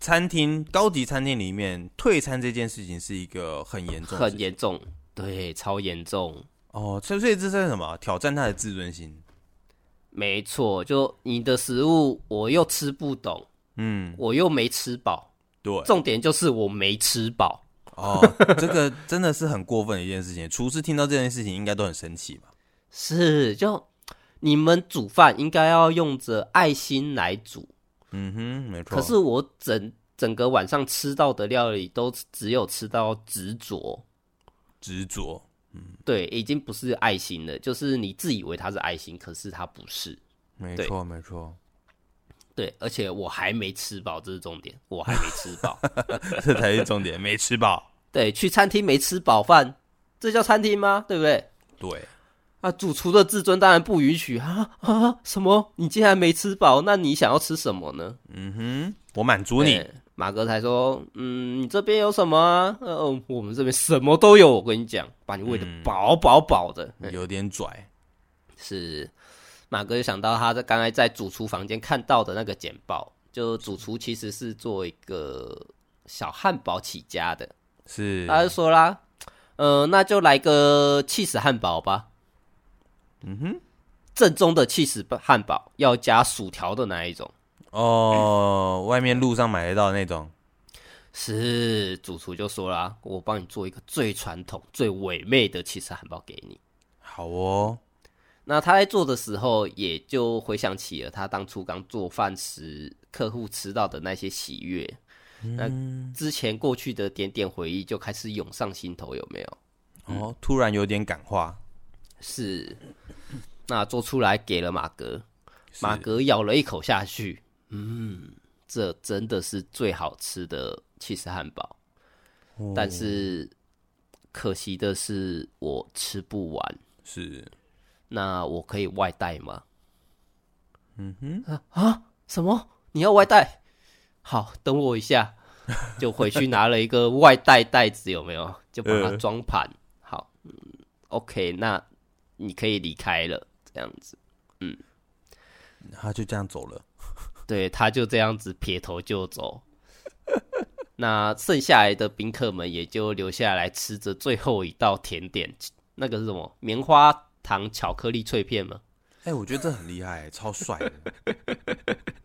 Speaker 2: 餐厅高级餐厅里面退餐这件事情是一个很严”重的事
Speaker 1: 很
Speaker 2: 情
Speaker 1: 严重，对，超严重，
Speaker 2: 哦？所以所以这是什么？挑战他的自尊心。
Speaker 1: 没错，就你的食物我又吃不懂，
Speaker 2: 嗯，
Speaker 1: 我又没吃饱，
Speaker 2: 对，
Speaker 1: (laughs) 重点就是我没吃饱。
Speaker 2: 哦，这个真的是很过分的一件事情。厨师听到这件事情应该都很生气吧？
Speaker 1: 是，就你们煮饭应该要用着爱心来煮，
Speaker 2: 嗯哼，没错。
Speaker 1: 可是我整整个晚上吃到的料理都只有吃到执着，
Speaker 2: 执着，
Speaker 1: 对，已经不是爱心了，就是你自以为它是爱心，可是它不是。
Speaker 2: 没
Speaker 1: 对
Speaker 2: 错没错， (laughs)
Speaker 1: 对，而且我还没吃饱，这是重点，我还没吃饱。
Speaker 2: 这才是重点，没吃饱。
Speaker 1: 对，去餐厅没吃饱饭，这叫餐厅吗？对不对？
Speaker 2: 对，
Speaker 1: 啊，主厨的自尊当然不允许啊啊！什么？你竟然没吃饱？那你想要吃什么呢？
Speaker 2: 嗯哼，我满足你。
Speaker 1: 对马哥才说，嗯，你这边有什么啊？呃，我们这边什么都有，我跟你讲，把你喂得饱饱饱的。
Speaker 2: 有点拽，
Speaker 1: 是马哥就想到他在刚才在主厨房间看到的那个简报，就主厨其实是做一个小汉堡起家的，
Speaker 2: 是
Speaker 1: 他就说啦，呃，那就来个气死汉堡吧。嗯哼，正宗的气死汉堡要加薯条的那一种。
Speaker 2: 哦，外面路上买得到那种，
Speaker 1: 是主厨就说啦，我帮你做一个最传统、最唯美的气死汉堡给你。
Speaker 2: 好哦，
Speaker 1: 那他在做的时候，也就回想起了他当初刚做饭时客户吃到的那些喜悦。那之前过去的点点回忆就开始涌上心头，有没有？
Speaker 2: 哦，突然有点感化，
Speaker 1: 是，那做出来给了马格，马格咬了一口下去，嗯，这真的是最好吃的起司汉堡，
Speaker 2: 哦
Speaker 1: 但是可惜的是我吃不完，
Speaker 2: 是
Speaker 1: 那我可以外带吗？嗯哼，啊，什么？你要外带？好，等我一 (laughs) 下，就回去拿了一个外带袋子，有没有？就把它
Speaker 2: 呃
Speaker 1: 装盘。好、嗯、，OK，那你可以离开了，这样子。
Speaker 2: 他就这样走了，
Speaker 1: 对，他就这样子撇头就 (laughs) 走。那剩下来的宾客们也就留下来吃着最后一道甜点，那个是什么？棉花糖巧克力脆片吗？
Speaker 2: 哎、我觉得这很厉害，超帅的，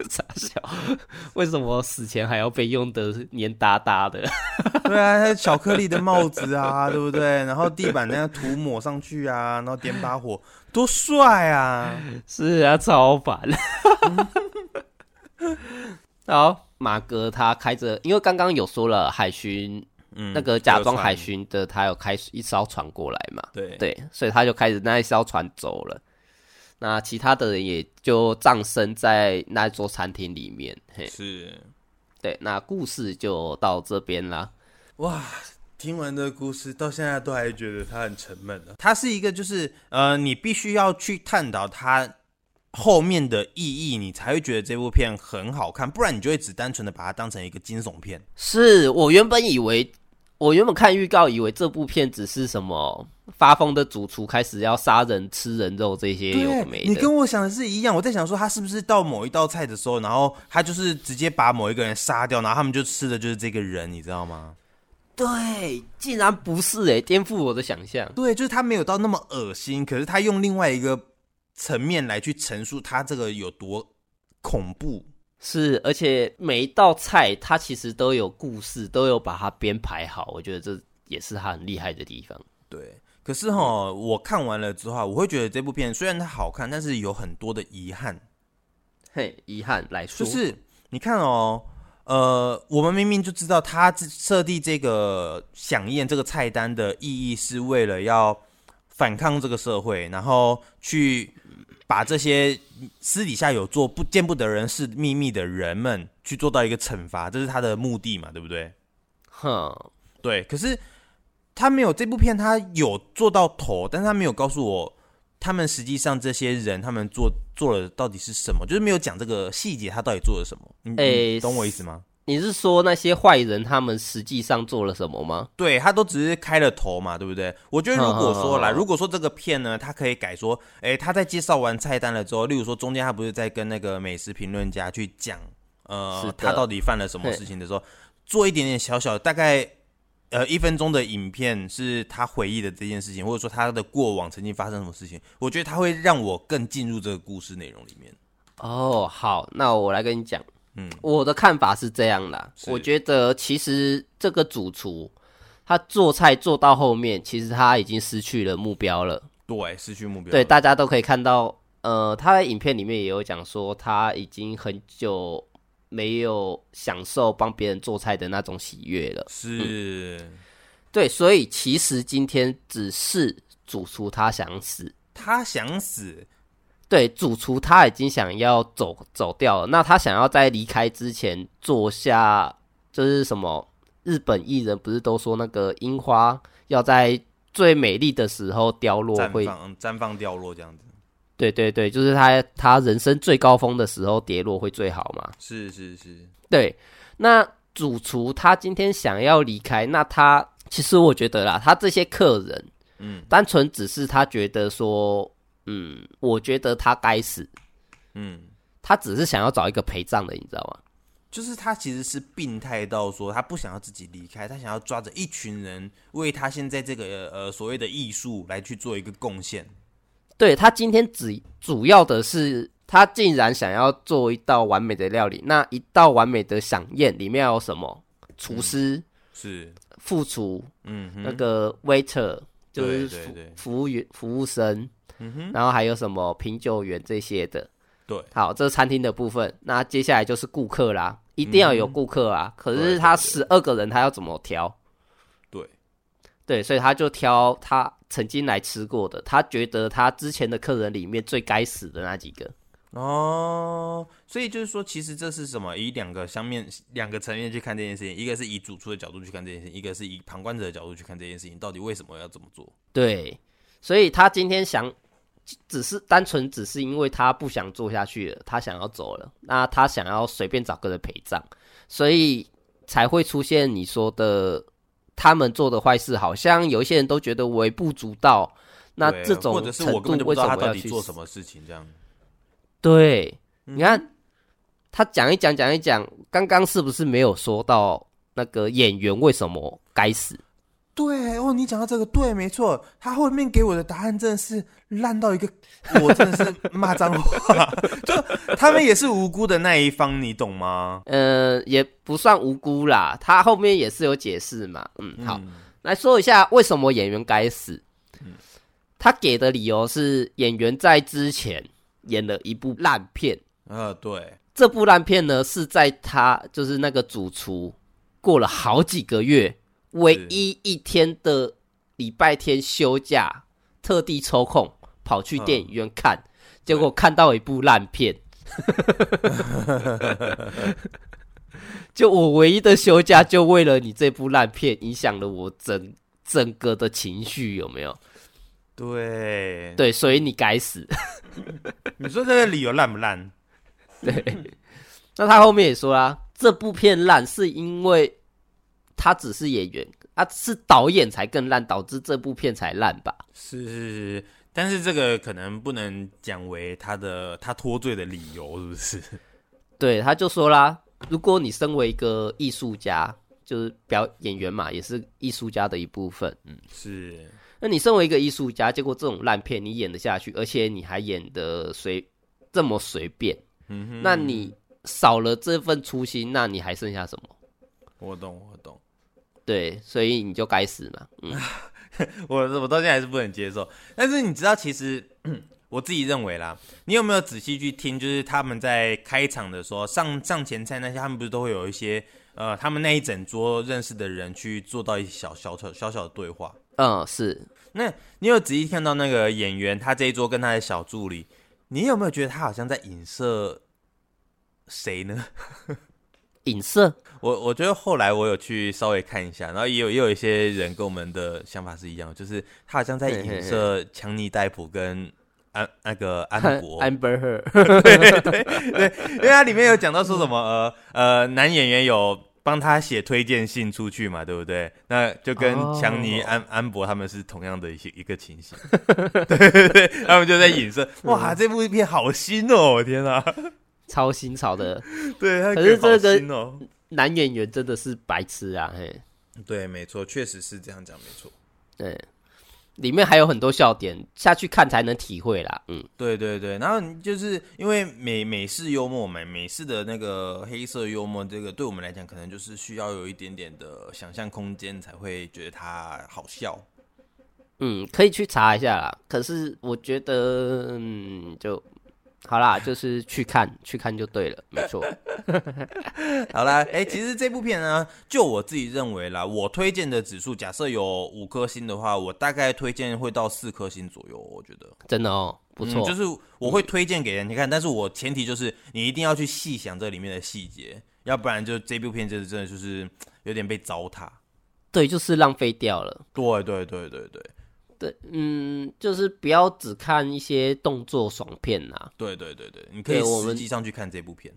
Speaker 1: 傻笑， (laughs) 为什么死前还要被用的黏哒哒的？
Speaker 2: (laughs)
Speaker 1: (laughs)
Speaker 2: 对啊，还有巧克力的帽子啊， (laughs) 对不对？然后地板那样涂抹上去啊，然后点把火，多帅啊！
Speaker 1: 是啊，超烦。 (laughs) 好，马哥他开着，因为刚刚有说了海巡、
Speaker 2: 嗯，
Speaker 1: 那个假装海
Speaker 2: 这个
Speaker 1: 巡的，他有开一艘船过来嘛，
Speaker 2: 船，对
Speaker 1: 对，所以他就开着那一艘船走了。那其他的人也就葬身在那一座餐厅里面。嘿，
Speaker 2: 是
Speaker 1: 对，那故事就到这边啦。
Speaker 2: 哇，听完这个故事到现在都还觉得它很沉闷呢。它是一个就是呃，你必须要去探讨它后面的意义，你才会觉得这部片很好看，不然你就会只单纯的把它当成一个惊悚片。
Speaker 1: 是我原本以为，我原本看预告以为这部片只是什么发疯的主厨开始要杀人、吃人肉这些有的没
Speaker 2: 你
Speaker 1: 的。
Speaker 2: 跟我想的是一样。我在想说，他是不是到某一道菜的时候，然后他就是直接把某一个人杀掉，然后他们就吃的就是这个人，你知道吗？
Speaker 1: 对，竟然不是诶、颠覆我的想象。
Speaker 2: 对，就是他没有到那么恶心，可是他用另外一个层面来去陈述他这个有多恐怖。
Speaker 1: 是，而且每一道菜它其实都有故事，都有把它编排好，我觉得这也是它很厉害的地方。
Speaker 2: 对，可是哈，我看完了之后啊，我会觉得这部片虽然它好看，但是有很多的遗憾，
Speaker 1: 嘿，遗憾来
Speaker 2: 就
Speaker 1: 说，
Speaker 2: 是你看哦。呃，我们明明就知道他这设计这个响宴这个菜单的意义是为了要反抗这个社会，然后去把这些私底下有做不见不得人事秘密的人们去做到一个惩罚，这是他的目的嘛，对不对？
Speaker 1: 哼，
Speaker 2: 对，可是他没有这部片，他有做到头，但是他没有告诉我他们实际上这些人他们做做了到底是什么，就是没有讲这个细节，他到底做了什么。你、
Speaker 1: 诶
Speaker 2: 你懂我意思吗？
Speaker 1: 你是说那些坏人他们实际上做了什么吗？
Speaker 2: 对他都只是开了头嘛，对不对？我觉得如果说
Speaker 1: 嗯
Speaker 2: 啦，
Speaker 1: 嗯嗯嗯
Speaker 2: 如果说这个片呢，他可以改说，诶，他在介绍完菜单了之后，例如说中间他不是在跟那个美食评论家去讲，
Speaker 1: 是
Speaker 2: 呃
Speaker 1: 的，
Speaker 2: 他到底犯了什么
Speaker 1: 嘿
Speaker 2: 事情的时候，做一点点小小大概呃一分钟的影片，是他回忆的这件事情，或者说他的过往曾经发生什么事情，我觉得他会让我更进入这个故事内容里面。
Speaker 1: 哦，好，那我来跟你讲，
Speaker 2: 嗯，
Speaker 1: 我的看法是这样啦。
Speaker 2: 是
Speaker 1: 我觉得其实这个主厨他做菜做到后面，其实他已经失去了目标了。
Speaker 2: 对，失去目标了，
Speaker 1: 对，大家都可以看到，呃，他在影片里面也有讲说，他已经很久没有享受帮别人做菜的那种喜悦了。
Speaker 2: 是。
Speaker 1: 嗯对，所以其实今天只是主厨他想死，
Speaker 2: 他想死，
Speaker 1: 对，主厨他已经想要走走掉了，那他想要在离开之前做下，就是什么？日本艺人不是都说那个樱花要在最美丽的时候凋落
Speaker 2: 绽
Speaker 1: 会
Speaker 2: 放绽放掉落这样子，
Speaker 1: 对对对，就是他他人生最高峰的时候跌落会最好嘛。
Speaker 2: 是是是，
Speaker 1: 对，那主厨他今天想要离开，那他其实我觉得啦，他这些客人，
Speaker 2: 嗯，
Speaker 1: 单纯只是他觉得说，嗯，我觉得他该死，
Speaker 2: 嗯，
Speaker 1: 他只是想要找一个陪葬的，你知道吗？
Speaker 2: 就是他其实是病态到说他不想要自己离开，他想要抓着一群人为他现在这个呃所谓的艺术来去做一个贡献。
Speaker 1: 对他今天只主要的是。他竟然想要做一道完美的料理，那一道完美的飨宴里面要有什么？厨师、
Speaker 2: 是，
Speaker 1: 副厨、
Speaker 2: 嗯哼，
Speaker 1: 那个 waiter 就是
Speaker 2: 对
Speaker 1: 服
Speaker 2: 对对
Speaker 1: 服务员、服务生，
Speaker 2: 嗯哼，
Speaker 1: 然后还有什么品酒员这些的。
Speaker 2: 对，
Speaker 1: 好，这是餐厅的部分。那接下来就是顾客啦，一定要有顾客啊。可
Speaker 2: 嗯对
Speaker 1: 是
Speaker 2: 对
Speaker 1: 他
Speaker 2: 对
Speaker 1: 十二个人，他要怎么挑？
Speaker 2: 对，
Speaker 1: 对，所以他就挑他曾经来吃过的，他觉得他之前的客人里面最该死的那几个。
Speaker 2: 哦，所以就是说，其实这是什么？以两个相面、两个层面去看这件事情，一个是以主厨的角度去看这件事情，一个是以旁观者的角度去看这件事情，到底为什么要这么做？
Speaker 1: 对，所以他今天想，只是单纯只是因为他不想做下去了，他想要走了，那他想要随便找个人陪葬，所以才会出现你说的他们做的坏事，好像有一些人都觉得微不足道。那
Speaker 2: 对啊
Speaker 1: 这种
Speaker 2: 或者是
Speaker 1: 程
Speaker 2: 我根本
Speaker 1: 度
Speaker 2: 就不
Speaker 1: 为
Speaker 2: 知
Speaker 1: 什
Speaker 2: 道
Speaker 1: 么
Speaker 2: 他
Speaker 1: 要
Speaker 2: 到底
Speaker 1: 去
Speaker 2: 做
Speaker 1: 死
Speaker 2: 什么嗯事情，这样
Speaker 1: 对，你看他讲一讲讲一讲，刚刚是不是没有说到那个演员为什么该死？
Speaker 2: 对哦，你讲到这个对，没错，他后面给我的答案真的是烂到一个，我真的是骂脏话， (laughs) 就他们也是无辜的那一方，你懂吗？
Speaker 1: 呃，也不算无辜啦，他后面也是有解释嘛。嗯，好，
Speaker 2: 嗯
Speaker 1: 来说一下为什么演员该死。他给的理由是演员在之前演了一部烂片，
Speaker 2: 呃，对，
Speaker 1: 这部烂片呢是在他就是那个主厨过了好几个月，唯一一天的礼拜天休假，特地抽空跑去电影院看，结果看到一部烂片。 (laughs) 就我唯一的休假，就为了你这部烂片，影响了我整整个的情绪，有没有？
Speaker 2: 对，
Speaker 1: 对，所以你该死。
Speaker 2: 你说这个理由烂不烂？
Speaker 1: 那他后面也说啦，这部片烂是因为他只是演员啊，是导演才更烂，导致这部片才烂吧？
Speaker 2: 是是是，但是这个可能不能讲为他的他脱罪的理由，是不是？ (laughs)
Speaker 1: 对，他就说啦，如果你身为一个艺术家，就是表演员嘛，也是艺术家的一部分。
Speaker 2: 是，
Speaker 1: 那你身为一个艺术家，结果这种烂片你演得下去，而且你还演得随这么随便，
Speaker 2: 嗯哼，
Speaker 1: 那你少了这份初心，那你还剩下什么？
Speaker 2: 我懂我懂，
Speaker 1: 对，所以你就该死嘛。嗯，
Speaker 2: 我我到现在还是不能接受。但是你知道，其实 (clears throat) 我自己认为啦，你有没有仔细去听？就是他们在开场的时候，上上前菜那些，他们不是都会有一些呃，他们那一整桌认识的人去做到一些小小小小小的对话。
Speaker 1: 嗯，是
Speaker 2: 那你有仔细看到那个演员，他这一桌跟他的小助理，你有没有觉得他好像在影射谁呢？
Speaker 1: 影射。
Speaker 2: 我我觉得后来我有去稍微看一下，然后也有也有一些人跟我们的想法是一样的，就是他好像在
Speaker 1: 嘿嘿
Speaker 2: 影射强尼戴普跟安那个
Speaker 1: (laughs)
Speaker 2: 安国，
Speaker 1: Amber Heard，
Speaker 2: 因为它里面有讲到说什么呃呃，男演员有帮他写推荐信出去嘛，对不对？那就跟强尼、
Speaker 1: 哦
Speaker 2: 安安博他们是同样的一些一个
Speaker 1: (laughs)
Speaker 2: 情形，对对对，他们就在影射，
Speaker 1: 嗯
Speaker 2: 哇，这部片好新哦，我天啊， (laughs)
Speaker 1: 超新潮的
Speaker 2: 对，他
Speaker 1: 可是这个
Speaker 2: 好新哦，
Speaker 1: 男演员真的是白痴啊！嘿，
Speaker 2: 对，没错，确实是这样讲，没错，
Speaker 1: 对，里面还有很多笑点，下去看才能体会啦。嗯，
Speaker 2: 对对对，然后你就是因为美美式幽默嘛，美式的那个黑色幽默，这个对我们来讲，可能就是需要有一点点的想象空间，才会觉得它好笑。
Speaker 1: 嗯，可以去查一下啦。可是我觉得，嗯，就好啦，就是去看， (laughs) 去看就对了，没
Speaker 2: (laughs)
Speaker 1: 错。
Speaker 2: 好啦，哎、其实这部片呢，就我自己认为啦，我推荐的指数，假设有五颗星的话，我大概推荐会到四颗星左右，我觉得
Speaker 1: 真的哦，不错、
Speaker 2: 嗯就是我会推荐给人家看，但是我前提就是你一定要去细想这里面的细节，要不然就这部片就是真的就是嘖有点被糟蹋。
Speaker 1: 对，就是浪费掉了。
Speaker 2: 对对对对对
Speaker 1: 对，嗯，就是不要只看一些动作爽片啊啦，
Speaker 2: 对对对对，你可以
Speaker 1: 对我
Speaker 2: 实
Speaker 1: 们
Speaker 2: 际上去看这部片。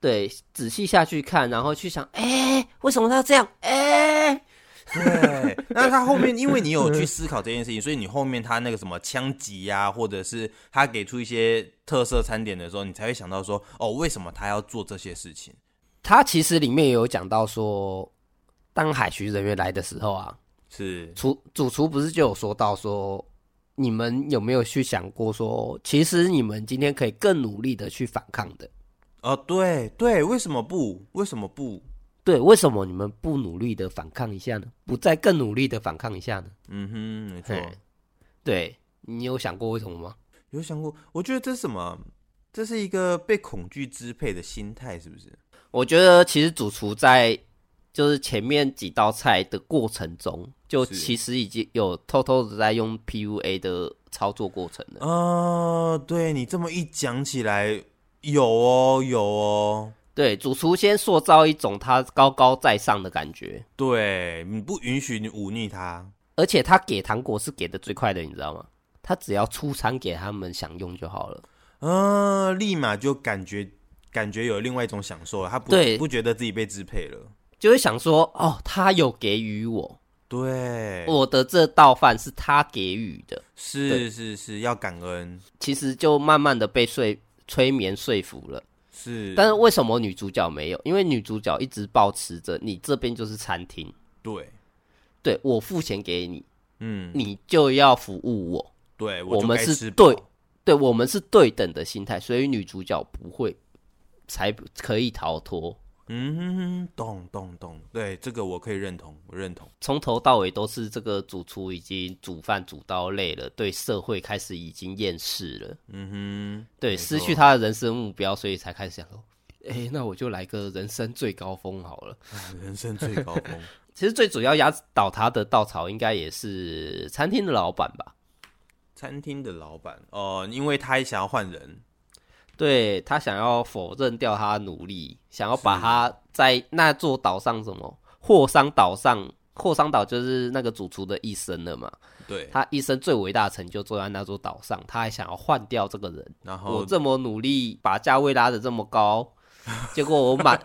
Speaker 1: 对，仔细下去看，然后去想，哎、为什么他要这样？哎、
Speaker 2: (laughs) 对，那他后面因为你有去思考这件事情，所以你后面他那个什么枪击呀，或者是他给出一些特色餐点的时候，你才会想到说，哦，为什么他要做这些事情？
Speaker 1: 他其实里面也有讲到说，当海巡人员来的时候啊，
Speaker 2: 是
Speaker 1: 厨主厨不是就有说到说，你们有没有去想过说，其实你们今天可以更努力的去反抗的？
Speaker 2: 哦，对对，为什么不？为什么不？
Speaker 1: 对，为什么你们不努力的反抗一下呢？不再更努力的反抗一下呢？
Speaker 2: 嗯哼，没错。
Speaker 1: 嘿，对你有想过为什么吗？
Speaker 2: 有想过？我觉得这是什么？这是一个被恐惧支配的心态，是不是？
Speaker 1: 我觉得其实主厨在就是前面几道菜的过程中，就是其实已经有偷偷的在用 PUA 的操作过程了。
Speaker 2: 哦，对你这么一讲起来，有哦，有哦。
Speaker 1: 对，主厨先塑造一种他高高在上的感觉，
Speaker 2: 对，你不允许你忤逆他。
Speaker 1: 而且他给糖果是给的最快的，你知道吗？他只要出餐给他们享用就好了。
Speaker 2: 嗯，立马就感觉感觉有另外一种享受了，他不
Speaker 1: 对
Speaker 2: 不觉得自己被支配了。
Speaker 1: 就会想说，哦，他有给予我，
Speaker 2: 对，
Speaker 1: 我的这道饭是他给予的，
Speaker 2: 是
Speaker 1: 对
Speaker 2: 是是，要感恩，
Speaker 1: 其实就慢慢的被睡催眠说服了。
Speaker 2: 是，
Speaker 1: 但是为什么女主角没有？因为女主角一直保持着你这边就是餐厅，
Speaker 2: 对，
Speaker 1: 对我付钱给你，
Speaker 2: 嗯，
Speaker 1: 你就要服务我，
Speaker 2: 对，
Speaker 1: 我
Speaker 2: 就
Speaker 1: 们
Speaker 2: 该
Speaker 1: 是
Speaker 2: 吃
Speaker 1: 对
Speaker 2: 饱，
Speaker 1: 对我们是对等的心态，所以女主角不会才可以逃脱，
Speaker 2: 嗯哼哼，懂懂懂，对，这个我可以认同，我认同，
Speaker 1: 从头到尾都是这个主厨已经煮饭煮到累了，对社会开始已经厌世了，
Speaker 2: 嗯
Speaker 1: 对
Speaker 2: 错
Speaker 1: 失去他的人生目标，所以才开始想说，诶、那我就来个人生最高峰好了。
Speaker 2: 哼，人生最高峰，
Speaker 1: 其实最主要压倒他的稻草，应该也是餐厅的老板吧？
Speaker 2: 餐厅的老板哦、因为他也想要换人，
Speaker 1: 对他想要否认掉他的努力，想要把他在那座岛上什么霍桑岛上，霍桑岛就是那个主厨的一生了嘛。
Speaker 2: 对，
Speaker 1: 他一生最伟大的成就坐在那座岛上，他还想要换掉这个人。
Speaker 2: 然
Speaker 1: 我
Speaker 2: 后
Speaker 1: 这么努力把价位拉得这么高，结果我满，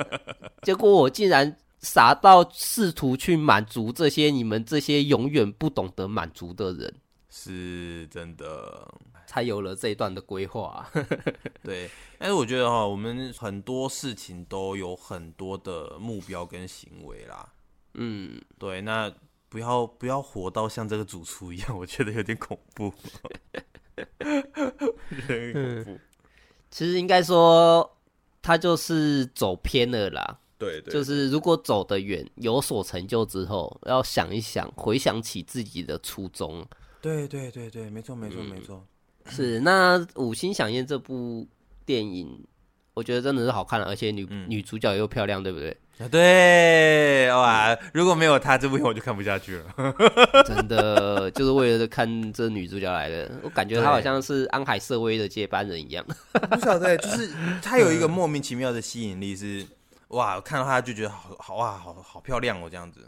Speaker 1: 结果我竟然傻到试图去满足这些你们这些永远不懂得满足的人，
Speaker 2: 是真的，
Speaker 1: 才有了这一段的规划、啊
Speaker 2: 对，但是我觉得哈，我们很多事情都有很多的目标跟行为啦。
Speaker 1: (laughs) 嗯，
Speaker 2: 对，那不要不要活到像这个主厨一样，我觉得有点恐怖。嗯 (laughs) 我觉得有点恐怖。
Speaker 1: (laughs) 其实应该说他就是走偏了啦。
Speaker 2: 对对，
Speaker 1: 就是如果走得远，有所成就之后，要想一想，回想起自己的初衷。
Speaker 2: 对对对对，没错没错没错。
Speaker 1: 是，那《五星响宴》这部电影，我觉得真的是好看了，而且女、女主角又漂亮，对不对？
Speaker 2: 啊，对，哇！如果没有他这部片，我就看不下去了。
Speaker 1: 真的就是为了看这女主角来的，我感觉她好像是安海瑟薇的接班人一样。
Speaker 2: 不晓 (laughs) 得，就是他有一个莫名其妙的吸引力是，哇，看到他就觉得好好哇，好好漂亮哦，这样子。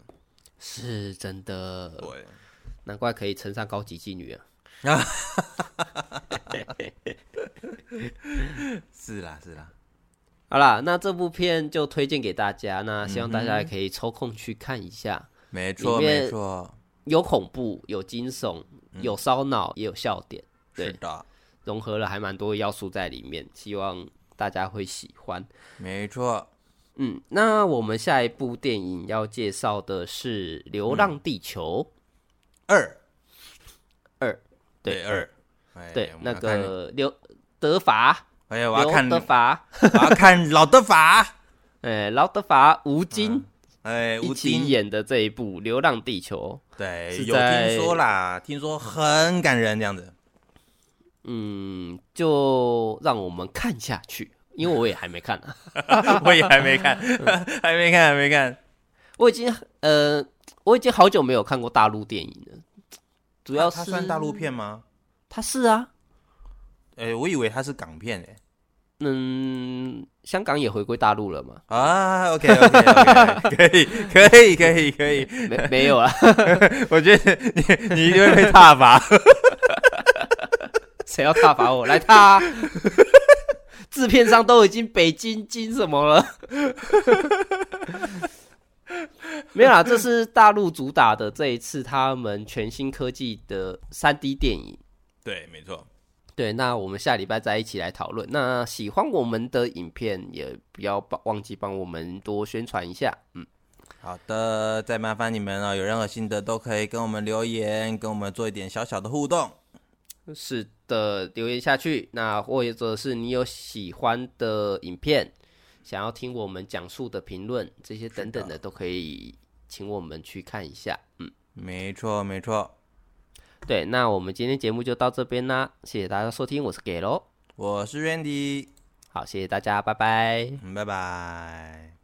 Speaker 1: 是真的，
Speaker 2: 对，
Speaker 1: 难怪可以称上高级妓女啊！
Speaker 2: 是啦是啦，
Speaker 1: 好啦，那这部片就推荐给大家，
Speaker 2: 嗯
Speaker 1: 那希望大家也可以抽空去看一下，
Speaker 2: 没错
Speaker 1: 里面
Speaker 2: 没错，
Speaker 1: 有恐怖，有惊悚，有烧脑，也有笑点，对
Speaker 2: 是的，
Speaker 1: 融合了还蛮多要素在里面，希望大家会喜欢。
Speaker 2: 没错，
Speaker 1: 嗯，那我们下一部电影要介绍的是《流浪地
Speaker 2: 嗯
Speaker 1: 球
Speaker 2: 二
Speaker 1: 二》，对
Speaker 2: 对二，哎
Speaker 1: 对
Speaker 2: 我，们
Speaker 1: 那
Speaker 2: 要看
Speaker 1: 个刘德法，
Speaker 2: 哎呀，我要看
Speaker 1: 刘德法，
Speaker 2: (laughs) 我要看老德法，
Speaker 1: 哎，劳德法、吴京 (laughs)
Speaker 2: 哎，
Speaker 1: 一
Speaker 2: 吴
Speaker 1: 起
Speaker 2: 京
Speaker 1: 演的这一部《流浪地球》，
Speaker 2: 对，
Speaker 1: 是
Speaker 2: 有
Speaker 1: 在
Speaker 2: 听说啦，听说很感人这样子。 (laughs)
Speaker 1: 嗯，就让我们看下去，因为我也还没看啊， (laughs)
Speaker 2: 我也还没看， (laughs) 还没看，还没看。
Speaker 1: 我已经呃，我已经好久没有看过大陆电影了，主要是
Speaker 2: 它算大陆，片吗？
Speaker 1: 它是啊，
Speaker 2: 哎、我以为它是港片
Speaker 1: (laughs)
Speaker 2: 诶、
Speaker 1: 嗯，香港也回归大陆了嘛？ (laughs)
Speaker 2: 啊，OK OK OK，可以可以可以可以，
Speaker 1: 没没有啊， (laughs)
Speaker 2: 我觉得你你一定会被踏伐。 (laughs)
Speaker 1: 谁要踏伐我？来踏、啊！ (laughs) 制片商都已经北京京什么了？ (laughs) 没有啦，这是大陆主打的这一次他们全新科技的三 D 电影。
Speaker 2: 对，没错，
Speaker 1: 对，那我们下礼拜再一起来讨论。那喜欢我们的影片，也不要帮忘记帮我们多宣传一下。嗯，
Speaker 2: 好的，再麻烦你们了、有任何心得都可以跟我们留言，跟我们做一点小小的互动。
Speaker 1: 嗯是的，留言下去。那或者是你有喜欢的影片，想要听我们讲述的评论，这些等等的都可以，请我们去看一下。嗯，
Speaker 2: 没错，没错，
Speaker 1: 对，那我们今天节目就到这边啦，谢谢大家收听，我是给喽，
Speaker 2: 我是 Randy，
Speaker 1: 好，谢谢大家，拜拜。
Speaker 2: 嗯拜拜。